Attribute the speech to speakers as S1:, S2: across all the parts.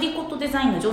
S1: ジョ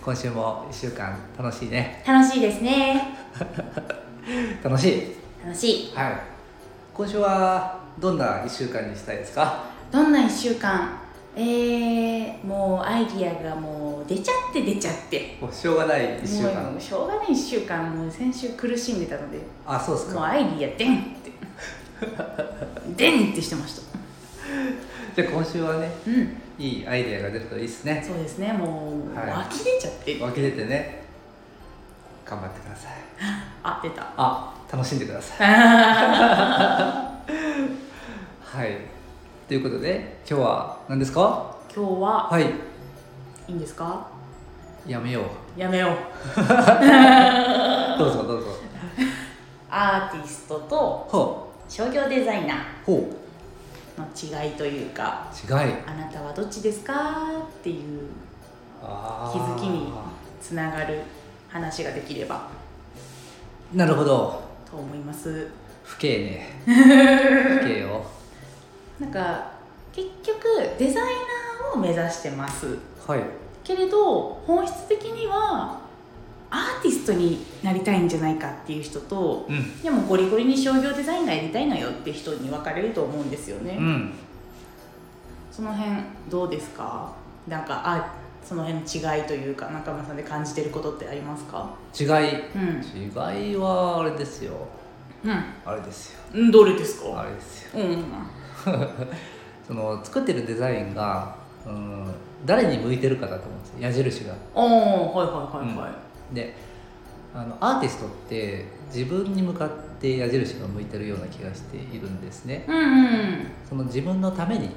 S2: 今週も一週間楽しいね
S1: 楽しいですね
S2: 楽しい
S1: 楽しい
S2: はい今週はどんな一週間にしたいですか
S1: どんな1週間えー、もうアイディアがもう出ちゃって出ちゃって
S2: もうしょうがない一週
S1: もう
S2: 間
S1: しょうがない1週間もう先週苦しんでたので
S2: あそうです
S1: もう
S2: か
S1: アイディアでんって でんってしてました
S2: じゃあ今週はね
S1: うん
S2: いいアイデアが出るといいですね
S1: そうですねもう、
S2: はい
S1: 湧き出ちゃって
S2: 分け出てね頑張ってください
S1: あ出 た
S2: あ楽しんでくださいはいということで今日は何ですか
S1: 今日は
S2: はい
S1: いいんですか
S2: やめよう
S1: やめよう
S2: どうぞどうぞ
S1: アーティストと
S2: ほ
S1: 商業デザイナ
S2: うほう
S1: ーの違いというか
S2: 違い
S1: あなたはどっちですかっていう
S2: あ
S1: 気
S2: ー
S1: づきにつながる話ができれば
S2: なるほど
S1: と思います
S2: 不敬ね 不敬よ
S1: なんか結局デザイナーを目指してます
S2: はい
S1: けれど本質的にはアーティストになりたいんじゃないかっていう人と
S2: うん
S1: でもゴリゴリに商業デザイナーやりたいのよって人に分かれると思うんですよね、
S2: うん
S1: その辺どうですかなんかあその辺の違いというか中村さんで感じてることってありますか
S2: 違い
S1: うん
S2: 違いはあれですよ
S1: う
S2: あれですよ
S1: んどれですか
S2: あれですよ
S1: うん
S2: その作ってるデザインがうん誰に向いてるかだと思うんですよ矢印が
S1: おおはいはいはいはい、
S2: であのアーティストって自分に向かって矢印が向いてるような気がしているんですね
S1: うんうん
S2: その自分のために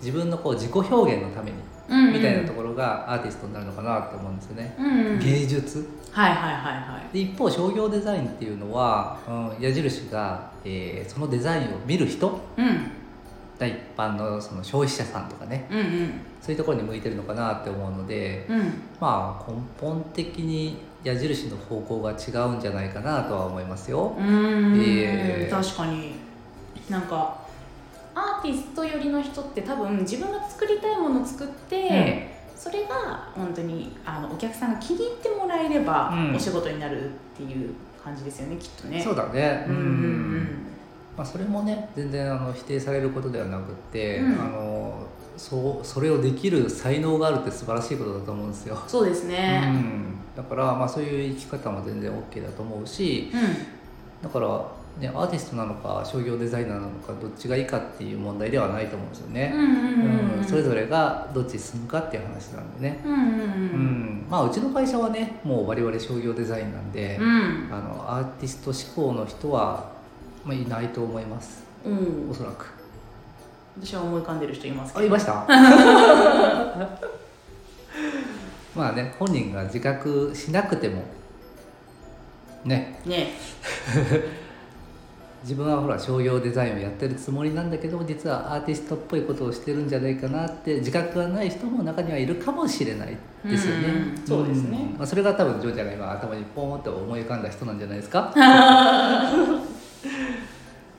S2: 自分のこう自己表現のために
S1: うんうん
S2: みたいなところがアーティストになるのかなと思うんですよね、
S1: うんうん
S2: 芸術
S1: はいはいはいはい
S2: で一方商業デザインっていうのは、うん、矢印が、えーそのデザインを見る人
S1: うん
S2: が一般のその消費者さんとかね
S1: うんうん
S2: そういうところに向いてるのかなって思うので
S1: うん
S2: まあ根本的に矢印の方向が違うんじゃないかなとは思いますよ
S1: うーん、
S2: いえ
S1: 確かになんかアーティスト寄りの人って多分自分が作りたいものを作って、それが本当にあのお客さんが気に入ってもらえれば、
S2: うん
S1: お仕事になるっていう感じですよねきっとね
S2: そうだね
S1: うんうん
S2: まあ、それもね全然あの否定されることではなくって、
S1: うん
S2: あのそうそれをできる才能があるって素晴らしいことだと思うんですよ、
S1: うんそうです
S2: う
S1: ね
S2: ん、だから、まあ、そういう生き方も全然 OK だと思うし
S1: うん、
S2: だから、ね、アーティストなのか商業デザイナーなのかどっちがいいかっていう問題ではないと思うんですよ
S1: うん、
S2: ね、
S1: うんうんうん
S2: それぞれがどっちに進むかっていう話なんでね、
S1: うんうんう
S2: うんんまあ、うちの会社はねもう我々商業デザインなんで、
S1: うん
S2: あのアーティスト志向の人は、まあ、いないと思います
S1: うん
S2: おそらく。
S1: 私は思い浮かんでる人いますけ
S2: あ
S1: ど
S2: いました まあね本人が自覚しなくてもね
S1: ね
S2: 自分はほら商業デザインをやってるつもりなんだけど実はアーティストっぽいことをしてるんじゃないかなって自覚がない人も中にはいるかもしれないですよね
S1: うんそうですね
S2: んまあ、それが多分ジョージャが今頭にポーンと思い浮かんだ人なんじゃないで すか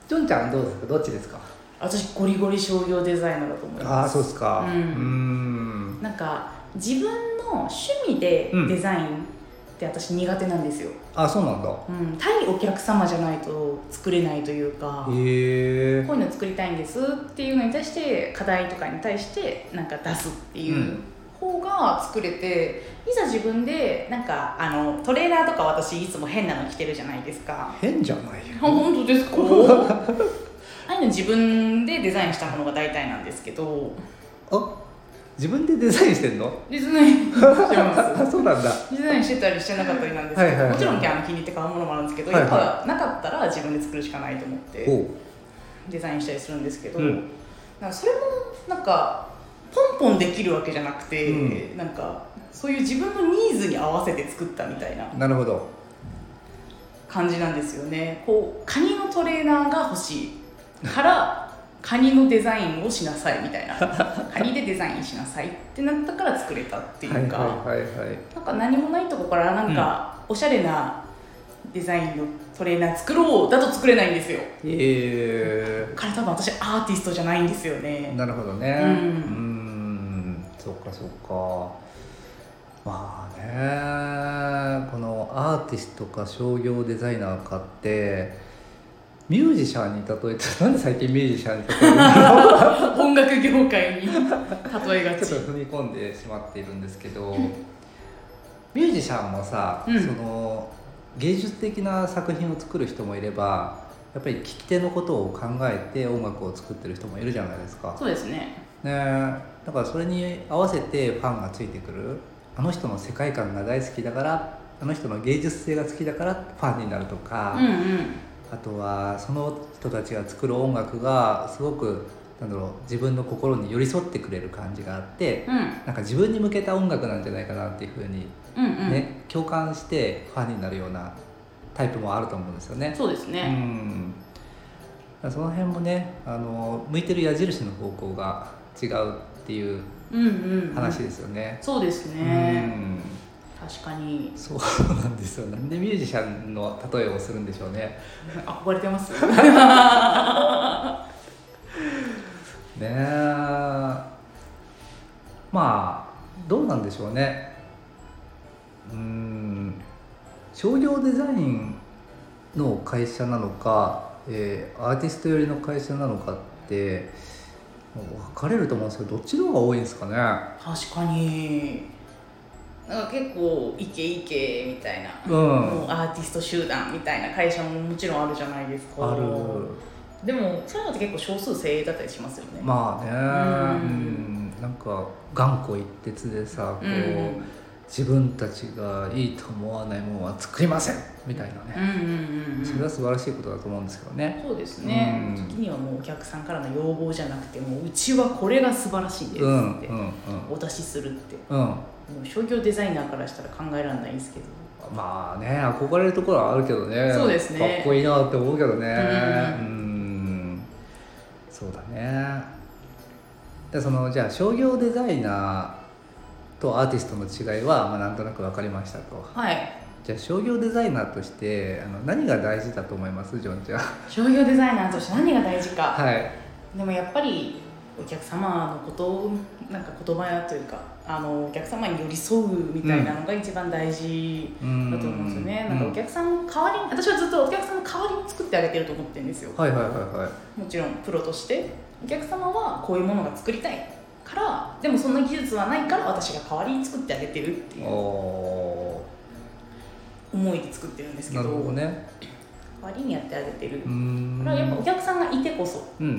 S2: ジョンちゃんどうですかどっちですか
S1: 私ゴリゴリ商業デザイナーだと思います
S2: そうですか
S1: うん
S2: ん
S1: なんか自分の趣味でデザインって私苦手なんですよ、
S2: あそうなんだ
S1: うん、対お客様じゃないと作れないというかこ
S2: へえ
S1: ういうの作りたいんですっていうのに対して課題とかに対してなんか出すっていううん方が作れて、いざ自分でなんかあのトレーラーとか私いつも変なの着てるじゃないですか。
S2: 変じゃないよ
S1: あ本当ですかあ あいうの自分でデザインしたものが大体なんですけど
S2: あ自分でデザインしてんの
S1: デザインしてます
S2: あ そうなんだ
S1: デザインしてたりしてなかったりなんですけど、
S2: はいはいはい
S1: もちろんあの気に入って買うものもあるんですけど、
S2: はいは
S1: や
S2: い
S1: っぱなかったら自分で作るしかないと思って
S2: おう
S1: デザインしたりするんですけど、
S2: うん
S1: なんかそれもなんかポン本できるわけじゃなくて、
S2: う
S1: なんかそういう自分のニーズに合わせて作ったみたいな
S2: なるほど
S1: 感じなんですよねこうカニのトレーナーが欲しいからカニのデザインをしなさいみたい なカニでデザインしなさいってなったから作れたっていうか、
S2: はいはいはいはい
S1: なんか何もないとこからなんかおしゃれなデザインのトレーナー作ろうだと作れないんですよ
S2: え
S1: だから多分私アーティストじゃないんですよね
S2: ー、なるほどね
S1: うん
S2: んそっかそっかまあねこのアーティストか商業デザイナーかってミュージシャンに例えて なんで最近ミュージシャンに例えるの
S1: 音楽業界に例えが
S2: ち
S1: ち
S2: ょっと踏み込んでしまっているんですけどミュージシャンもさ、
S1: うん
S2: その芸術的な作品を作る人もいればやっぱり聴き手のことを考えて音楽を作ってる人もいるじゃないですか。
S1: そうですね
S2: ねえだからそれに合わせてファンがついてくるあの人の世界観が大好きだからあの人の芸術性が好きだからファンになるとか、
S1: うんうん
S2: あとはその人たちが作る音楽がすごくなんだろう自分の心に寄り添ってくれる感じがあって、
S1: うん
S2: なんか自分に向けた音楽なんじゃないかなっていうふうに、
S1: うんうん、
S2: ね共感してファンになるようなタイプもあると思うんですよね。
S1: そうです
S2: う
S1: ね、
S2: んその辺もねあの向いてる矢印の方向が違うっていう
S1: うん、うんうん
S2: 話ですよね。
S1: そうです
S2: うん
S1: ね、確かに
S2: そうなんですよなんでミュージシャンの例えをするんでしょうね。
S1: 憧れてます
S2: ねえまあどうなんでしょうねうん商業デザインの会社なのか、えーアーティスト寄りの会社なのかって分かれると思うんですけどどっちの方が多いんですかね
S1: 確かになんか結構イケイケみたいな、
S2: う
S1: も
S2: ん
S1: うアーティスト集団みたいな会社ももちろんあるじゃないですか
S2: ある
S1: でもそういうのって結構少数精鋭だったりしますよね、
S2: まあね
S1: う
S2: うんんなんか頑固一徹でさこう、
S1: うん
S2: 自分たちがいいと思わないものは作りませんみたいなね、
S1: うんうんうんうん
S2: それは素晴らしいことだと思うんですけどね。
S1: そうですね、
S2: うん
S1: 時にはもうお客さんからの要望じゃなくてもううちはこれが素晴らしいです
S2: うんうん
S1: っ
S2: う
S1: て、
S2: ん
S1: お出しするって
S2: うん。
S1: もう商業デザイナーからしたら考えられないですけど
S2: まあね憧れるところはあるけどね。
S1: そうですね
S2: かっこいいなって思うけどね。
S1: う
S2: うんん。そうだね。でそのじゃあ商業デザイナーとアーティストの違いはまあなんとなく分かりましたと。
S1: はい
S2: じゃあ商業デザイナーとしてあの何が大事だと思いますジョンちゃん。
S1: 商業デザイナーとして何が大事か、
S2: はい。
S1: でもやっぱりお客様のことをなんか言葉やというかあのお客様に寄り添うみたいなのが一番大事
S2: う
S1: だ
S2: ん
S1: と思うんですよね、なんかお客さんの代わりに私はずっとお客さんの代わりに作ってあげてると思ってるんですよ
S2: はいはいはいはい。
S1: もちろんプロとしてお客様はこういうものが作りたいからでもそんな技術はないから私が代わりに作ってあげてるっていう
S2: お
S1: 思いで作ってるんです
S2: ー
S1: けど
S2: なるほどね。
S1: 代わりにやってあげてる、
S2: う
S1: こ
S2: ん。
S1: れはやっぱお客さんがいてこそ
S2: うん。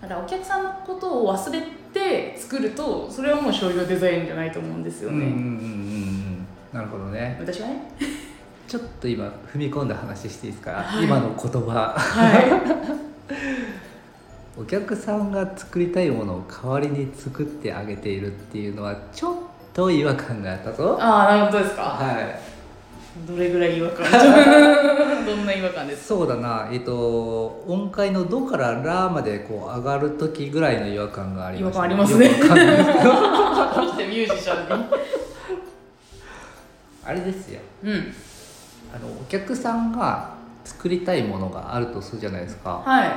S1: だからお客さんのことを忘れて作るとそれはもう商業デザインじゃないと思うんですよ
S2: うんうんうんうん
S1: ね、
S2: うんなるほどね
S1: 私はね
S2: ちょっと今踏み込んだ話していいですか、今の言葉
S1: はい
S2: お客さんが作りたいものを代わりに作ってあげているっていうのはちょっと違和感があったぞ
S1: ああ本当ですか、
S2: は
S1: どれぐらい違和感 どんな違和感で
S2: い
S1: す
S2: そうだなえっ、と音階の「ド」から「ラ」までこう上がる時ぐらいの違和感がありました
S1: 違和感ありますね
S2: よくわかんないですけど
S1: かそしてミュージシャンに
S2: あれですよ
S1: うん
S2: あのお客さんが作りたいものがあるとするじゃないですか、
S1: はい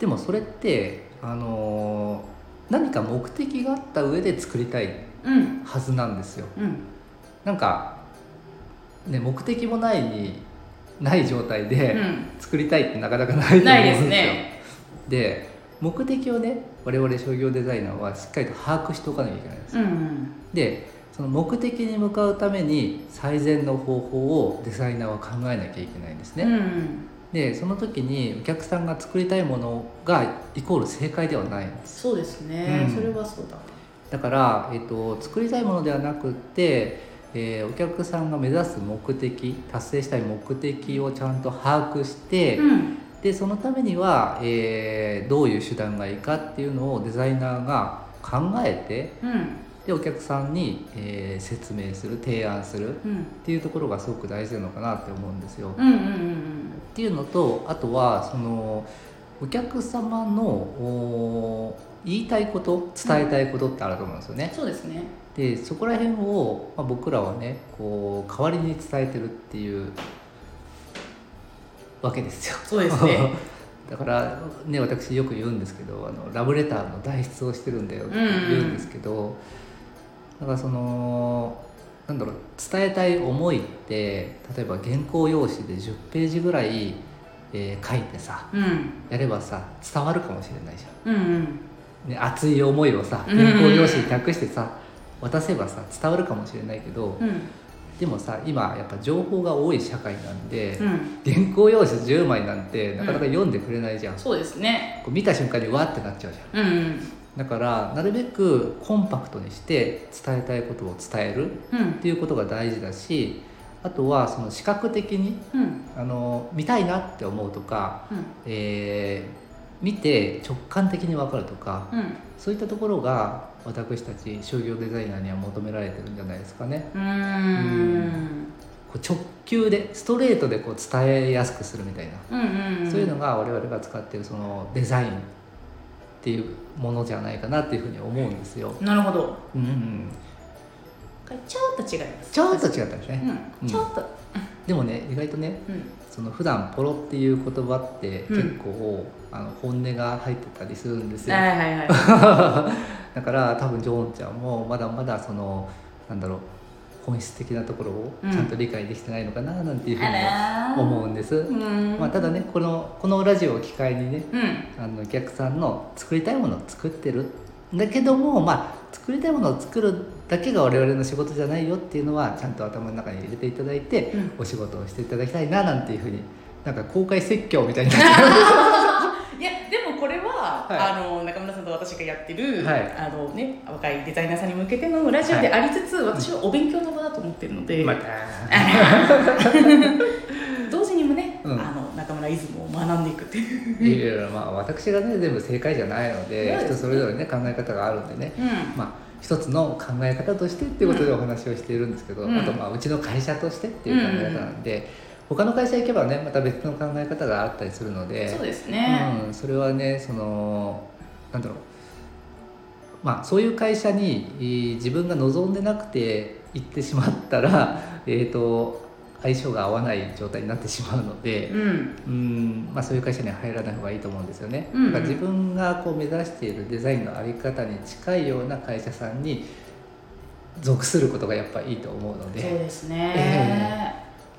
S2: でもそれって、あのー何か目的があった上で作りたい
S1: うん
S2: はずなんですよ
S1: うん
S2: なんか、ね、目的もないにない状態
S1: う
S2: で
S1: ん
S2: 作りたいってなかなかないと思うんですよ
S1: ないですね
S2: で目的をね我々商業デザイナーはしっかりと把握しておかなきゃいけないんです
S1: う
S2: よ、
S1: ん
S2: でその目的に向かうために最善の方法をデザイナーは考えなきゃいけないんですね、
S1: うん
S2: でその時にお客さんが作りたいものがイコール正解ではないんです
S1: そうですね、
S2: うん
S1: それはそうだ
S2: だから、えっと、作りたいものではなくって、えーお客さんが目指す目的達成したい目的をちゃんと把握して、
S1: うん
S2: でそのためには、えーどういう手段がいいかっていうのをデザイナーが考えて
S1: うん
S2: でお客さんに、えー説明する提案するっ
S1: うん
S2: ていうところがすごく大事なのかなって思うんですよ。
S1: うんうんうん
S2: っていうのとあとはそのお客様のおー言いたいこと伝えたいことってあると思うんですよね。
S1: そうですね
S2: でそこら辺を、まあ、僕らはねこう代わりに伝えてるっていうわけですよ。
S1: そうですね
S2: だからね私よく言うんですけどあのラブレターの代筆をしてるんだよって言うんですけど、だからそのなんだろう伝えたい思いって例えば原稿用紙で10ページぐらい、えー書いてさ
S1: うん
S2: やればさ伝わるかもしれないじゃ
S1: うんうん
S2: ん、ね、熱い思いをさ
S1: うん
S2: 原稿用紙に託してさ渡せばさ伝わるかもしれないけど
S1: うん
S2: でもさ今やっぱ情報が多い社会なんで
S1: う、ん
S2: 原稿用紙10枚なんてなかなか読んでくれないじゃん、
S1: そうですね
S2: こう見た瞬間にわってなっちゃうじゃん
S1: うんうん
S2: だからなるべくコンパクトにして伝えたいことを伝える
S1: うん
S2: っていうことが大事だしあとはその視覚的に
S1: うん
S2: あの見たいなって思うとか、
S1: うん
S2: えー見て直感的に分かるとか
S1: うん
S2: そういったところが私たち商業デザイナーには求められてるんじゃないですかね
S1: うーん
S2: こう直球でストレートでこう伝えやすくするみたいな
S1: うんうんうん
S2: そういうのが我々が使ってるそのデザインっていうものじゃないかなっていうふうに思うんですよ。
S1: なるほど
S2: うんうん、
S1: これちょっと違います
S2: ちょっと違ったんですね。
S1: う
S2: うんん
S1: ちょっと
S2: でもね意外とね
S1: うん
S2: その普段ポロっていう言葉って
S1: うん
S2: 結構、あの本音が入ってたりするんですよ。
S1: はいはいはい
S2: だから多分ジョーンちゃんもまだまだそのなんだろう本質的なところをちゃんと理解できてないのかななんていうふうに
S1: あらー
S2: 思うんです。
S1: うん
S2: まあ、ただねこのこのラジオを機会にね
S1: うん
S2: あのお客さんの作りたいものを作ってるんだけども、まあ、作りたいものを作るだけが我々の仕事じゃないよっていうのはちゃんと頭の中に入れていただいて、
S1: うん
S2: お仕事をしていただきたいななんていうふうになんか公開説教みたいにな
S1: い
S2: っ
S1: やでもこれは、
S2: はい
S1: あの中村さんと私がやってる、
S2: はい
S1: あのね、若いデザイナーさんに向けてのラジオでありつつ、私はお勉強の場だと思ってるの で、
S2: て
S1: 同時にもね、
S2: うん
S1: あの中村イズムを学んでいくっていう。
S2: いやいやまあ私がね全部正解じゃないの
S1: そうで
S2: で
S1: すね
S2: 人それぞれね考え方があるんでね、
S1: うん
S2: まあ一つの考え方としてっていうことでお話をしているんですけど、
S1: うん
S2: あとまあうちの会社としてっていう考え方なんで、他の会社行けばねまた別の考え方があったりするので
S1: そうですね、
S2: うん、それはねそのなんだろうまあそういう会社にえー自分が望んでなくて行ってしまったら、えー、と相性が合わない状態になってしまうので、
S1: うん
S2: うんまあ、そういう会社には入らない方がいいと思うんですよね。
S1: うんうん
S2: だから自分がこう目指しているデザインのあり方に近いような会社さんに属することがやっぱいいと思うの
S1: そう
S2: で。
S1: ですね、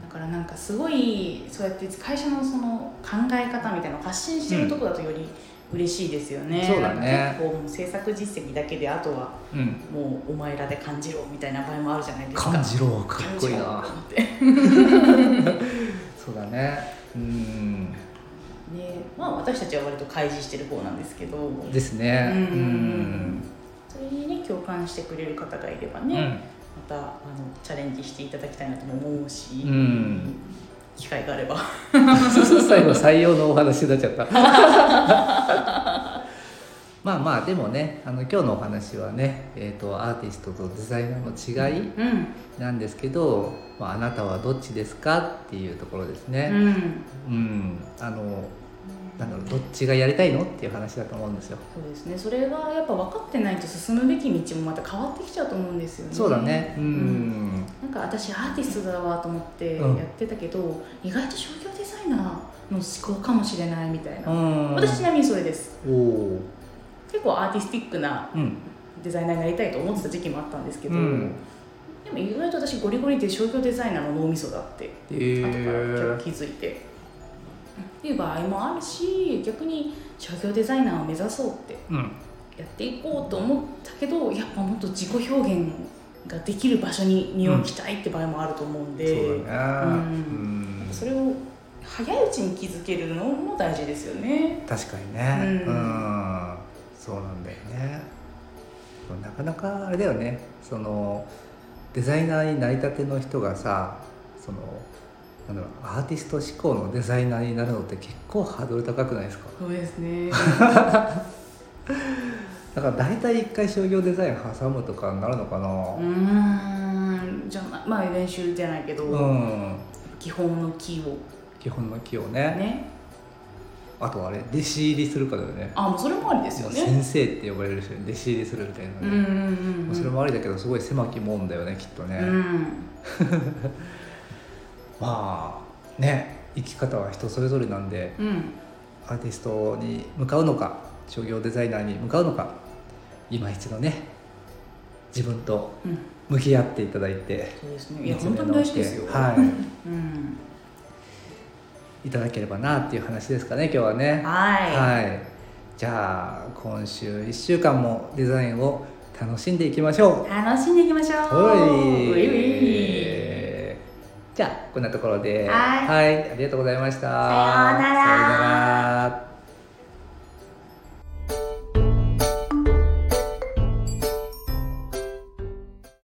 S1: だからなんかすごいそうやって会社のその考え方みたいなのを発信してるとこだとより嬉しいですよね、
S2: そうだね
S1: 結構もう制作実績だけであとは
S2: うん、
S1: もうお前らで感じろみたいな場合もあるじゃないですか
S2: 感じろかっこいい
S1: 感
S2: な
S1: じろって
S2: そうだねうん
S1: ねまあ、私たちは割と開示してる方なんですけど
S2: ですね
S1: うんそれにね共感してくれる方がいれば
S2: うん
S1: ね、またあのチャレンジしていただきたいなとも思うし、
S2: うん
S1: 機会があれば
S2: 最後採用のお話になっちゃった まあまあでもねあの今日のお話はね、えー、とアーティストとデザイナーの違い
S1: うん
S2: なんですけど、まあ、あなたはどっちですかっていうところです
S1: う
S2: ね
S1: ん
S2: うん、あのなんだろうどっちがやりたいのっていう話だと思うんですよ
S1: そうですねそれがやっぱ分かってないと進むべき道もまた変わってきちゃうと思うんですよね
S2: そうだねうん、
S1: なんか私アーティストだわと思ってや
S2: うん
S1: ってたけど、意外と商業デザイナーの思考かもしれないみたいな、
S2: うん、
S1: 私ちなみにそれです
S2: おおー
S1: 結構アーティスティックな
S2: うん
S1: デザイナーになりたいと思ってた時期もあったんですけど、
S2: うん
S1: でも意外と私ゴリゴリで商業デザイナーの脳みそだって
S2: え
S1: 後から結構気
S2: ー
S1: づいて、っていう場合もあるし逆に商業デザイナーを目指そうって
S2: うん
S1: やっていこうと思ったけどやっぱもっと自己表現ができる場所に身を置きたいって場合もあると思うんで、
S2: そうだね、
S1: う
S2: うんん、
S1: それを早いうちに気づけるのも大事ですよね。
S2: 確かにね
S1: う
S2: うんん、そうなんだよねでもなかなかあれだよねそのデザイナーになりたての人がさそのなんだろうアーティスト志向のデザイナーになるのって結構ハードル高くないですか
S1: そうですね
S2: だから大体一回商業デザイン挟むとかになるのか
S1: う
S2: な
S1: ーんじゃないまあ練習じゃないけど、
S2: うん、
S1: 基本のキーを
S2: 基本の木をね
S1: ね
S2: あとあれ弟子入りするかだよね
S1: あもうそれもありですよね
S2: 先生って呼ばれる人に弟子入りするみたいなね、
S1: うんうんうん
S2: それもありだけどすごい狭きもんだよねきっとね、
S1: うん
S2: まあね生き方は人それぞれなんで
S1: うん
S2: アーティストに向かうのか商業デザイナーに向かうのか今一度ね自分と
S1: うん
S2: 向き合っていただいて
S1: そうですねいや
S2: 見つめ
S1: 本当に大事ですよ
S2: 直しては
S1: うん
S2: い、いただければなっていう話ですかね今日はね
S1: はい
S2: はいじゃあ今週1週間もデザインを楽しんでいきましょう
S1: 楽しんでいきましょう
S2: は
S1: う
S2: い
S1: いういうい
S2: じゃあこんなところで
S1: は
S2: ありがとうございました
S1: さようなら
S2: さようなら